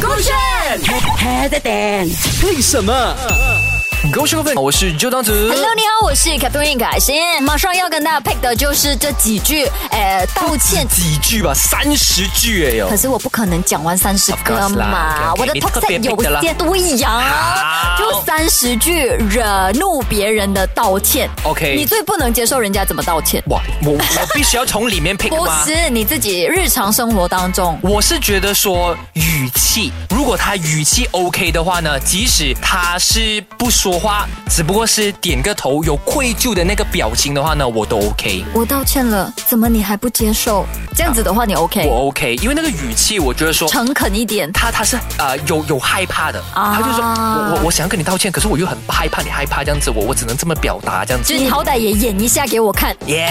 勾选 Head Dan。为什么？勾选问，我是周当子。 Hello，你好，我是 Catherine 卡欣，马上要跟大家 pick 的就是这几句，呃，道歉。几句吧，三十句哎呦可。是我不可能讲完三十 Of 个 course 啦嘛， ，OK，OK，我的你 top 特别 set 有 pick 的啦些不一样啊，好就三十句惹怒别人的道歉。 OK 你最不能接受人家怎么道歉？哇，我我必须要从里面 pick 不吗？是你自己日常生活当中，我是觉得说语气，如果他语气 OK 的话呢，即使他是不说话，只不过是点个头，有愧疚的那个表情的话呢，我都 OK。我道歉了，怎么你还不接受？这样子的话，你 OK？我 OK，因为那个语气，我觉得说诚恳一点。他他是呃有有害怕的，啊他就说我我我想要跟你道歉，可是我又很害怕你害怕这样子，我我只能这么表达这样子就是。你好歹也演一下给我看，即耶，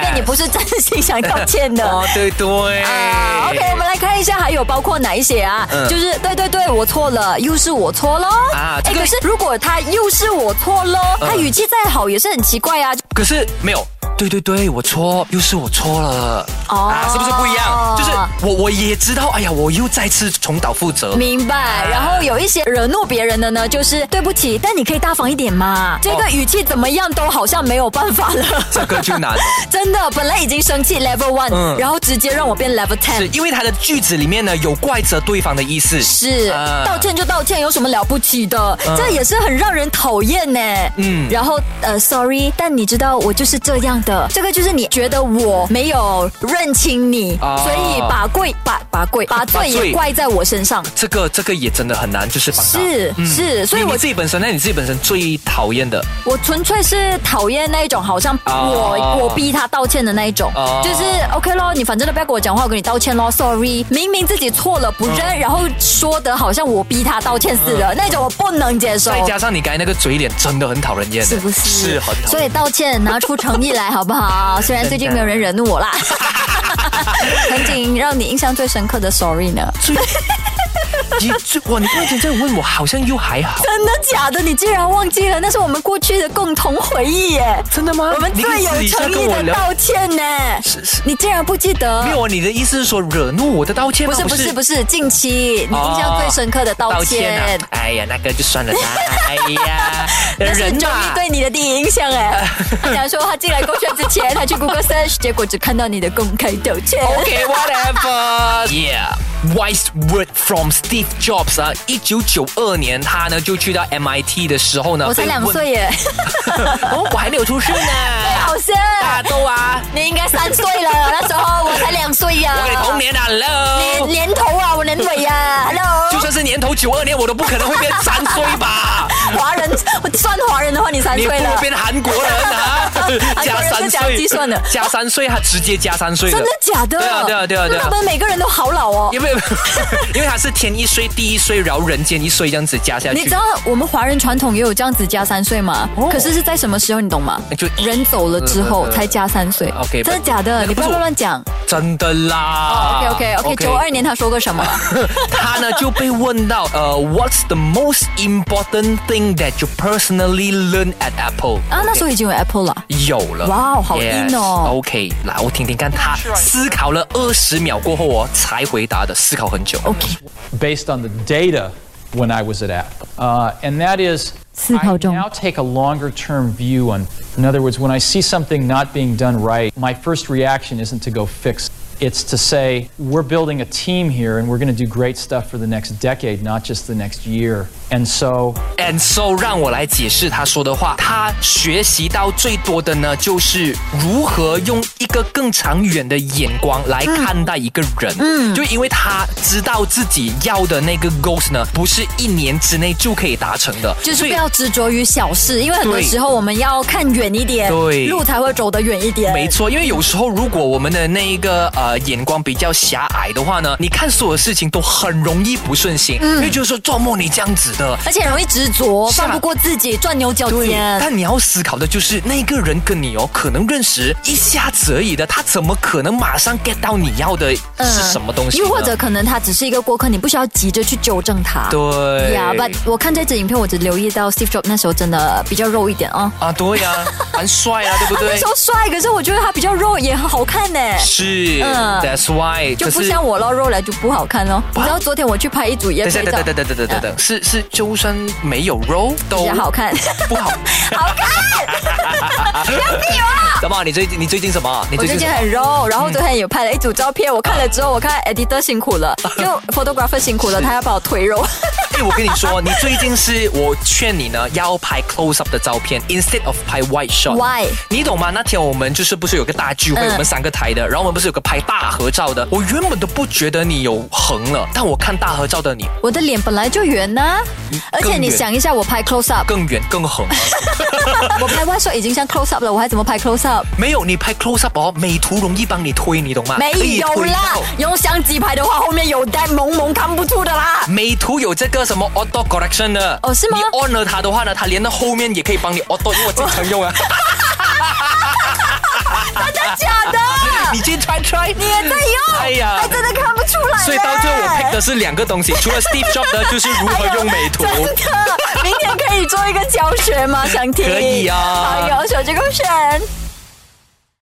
便你不是真心想道歉的。 哦，对对。啊，OK，我们来看一下还有包括哪一些啊？嗯就是对对对，我错了，又是我错喽。啊哎这个嗯可是如果他又是我错喽，他语气再好也是很奇怪啊。可是没有。对对对，我错，又是我错了，哦啊，是不是不一样？就是我我也知道，哎呀，我又再次重蹈覆辙。明啊白，然后有一些惹怒别人的呢，就是对不起，但你可以大方一点嘛。这个哦语气怎么样都好像没有办法了， 这个就难了，真的，本来已经生气 level one，、嗯然后直接让我变 level 是 ten。因为他的句子里面呢有怪责对方的意思。是、啊道歉就道歉，有什么了不起的？这也是很让人讨厌呢。嗯嗯，然后呃，sorry，但你知道我就是这样的，这个就是你觉得我没有认清你，哦所以把贵把把贵把罪 把也罪怪在我身上。这个这个也真的很难，就是帮他嗯是是，所以啊你我你自己本身，那你自己本身最讨厌的我纯粹是讨厌那一种，好像我、哦我逼他道歉的那一种哦就是 OK 咯，你反正都不要跟我讲话，我跟你道歉咯，Sorry，明明自己错了不认，啊然后说的好像我逼他道歉似的，那种我不能接受。再加上你刚才那个嘴脸，真的很讨人厌哦是的，不是？是很讨所厌。以道歉，拿出诚意来，好不好？ 虽然最近没有人惹怒我 啦。藤井让你印象最深刻的 sorry 呢？所以你最哇，你突然间这样问我，好像又还好，真的假的？你竟然忘记了？那是我们过去的共同回忆耶！真的吗？我们你可最以有私底下诚跟意我的聊。道歉呢是是，你竟然不记得？没有啊，你的意思是说惹怒我的道歉吗？不是不是不是，近期你印象哦最深刻的道道歉歉，啊！哎呀，那个就 算了啦。哎呀，啊那是人周一嘛，对你的第一印象 哎。他讲说他进来工作之前，他去 Google search，结果只看到你的公开道歉。 OK whatever。Yeah. Wise word from Steve Jobs 啊，一九九二年他呢就去到 MIT 的时候呢，我才被两问，岁耶，哦，我还没有 出世呢。好笑。大豆啊，你应该三岁了，那时候我才两岁呀、我跟你同年啊你，Hello。年头啊，我年尾呀、啊、就，Hello，算是年头九二年，我都不可能会变三岁 吧？华人，我算华人的话，你三你不岁如了，，变韩国人啊加韩国人是三讲岁计算的加三岁，他直接加三岁的真的假的？对啊，对啊，对啊，对那啊他。们每个人都好老哦。因为 因为他是天一岁，地一岁，然后人间一岁这样子加下去。你知道我们华人传统也有这样子加三岁吗？哦哎可是是在什么时候，你懂吗？就人走了之后呃才加三岁。 OK，真的假的？那你个不不要是我啊乱乱讲。真的啦。 OK OK OK，九哦二年他说过什 么？他呢就被问到，呃，What's the most important thing that you personally learn at Apple？啊，那时候已经有 Apple 了。有了，哇哦好硬哦 OK，来，我听听看，他思考了二十秒过后哦，才回答的，思考很久。 OK， based on the data when I was at Apple. Uh, and that is, I 思考中。 now take a longer term view on, in other words, when I see something not being done right, my first reaction isn't to go fix it. It's to say, we're building a team here and we're going to do great stuff for the next decade, not just the next year. And so And so，让我来解释他说的话。他学习到最多的呢，就是如何用一个更长远的眼光来看待一个人。嗯，就因为他知道自己要的那个 goals 呢，不是一年之内就可以达成的，就是所不以要执着于小事，因为很多对时候我们要看远一点，对路才会走得远一点。没错，因为有时候如果我们的那一个呃眼光比较狭隘的话呢，你看所有事情都很容易不顺心，因为就是说做梦你这样子的，而且容易执着，是啊放不过自己，钻牛角对，尖。但你要思考的就是那个人跟你哦，可能认识一下子而已的，他怎么可能马上 get 到你要的是什么东西呢？嗯又或者可能他只是一个过客，你不需要急着去纠正他。对呀，but 我看这支影片，我只留意到 Steve Jobs 那时候真的比较肉一点啊。啊，对呀、蛮帅啊，对不那对时？候帅，可是我觉得他比较肉，也很好看呢。是，嗯啊 That's why 就不可是像我咯，肉来就不好看咯。你知道昨天我去拍一组夜等一下，拍等照等，等等等等等等，是是，就算没有肉都比较好 看，不好。好看。怎么？你最近你最近什么？你我最最近近什么很肉，然后昨天有拍了一组照片，我看了之后，我看 editor 辛苦 了，就 photographer 辛苦了，他要把我推肉。哎，我跟你说，你最近是我劝你呢，要拍 close up 的照片，instead of 拍 white shot。 Why？你懂吗？那天我们就是不是有个大聚会，嗯我们三个台的，然后我们不是有个拍大合照的。我原本都不觉得你有横了，但我看大合照的你我的脸本来就圆呐、而且你想一下，我拍 close up，更圆更 横。我拍外手已经像 close up 了，我还怎么拍 close up？没有，你拍 close up 哦，美图容易帮你推，你懂吗？没可以有推啦到，用相机拍的话，后面有 d 萌萌看不出的 啦。美图有这个什么 auto correction 的哦是吗你 on 了它的话呢，它连到后面也可以帮你 auto，因为我经常用啊。假的，你去 try try，你也在 用，哎呀还真的看不出来嘞。所以到最后我 pick 的是两个 东西，除了 Steve Jobs 的，就是如何用 美图。哎真的，明天可以做一个教学吗？想听？哎可以啊好，有手机勾选。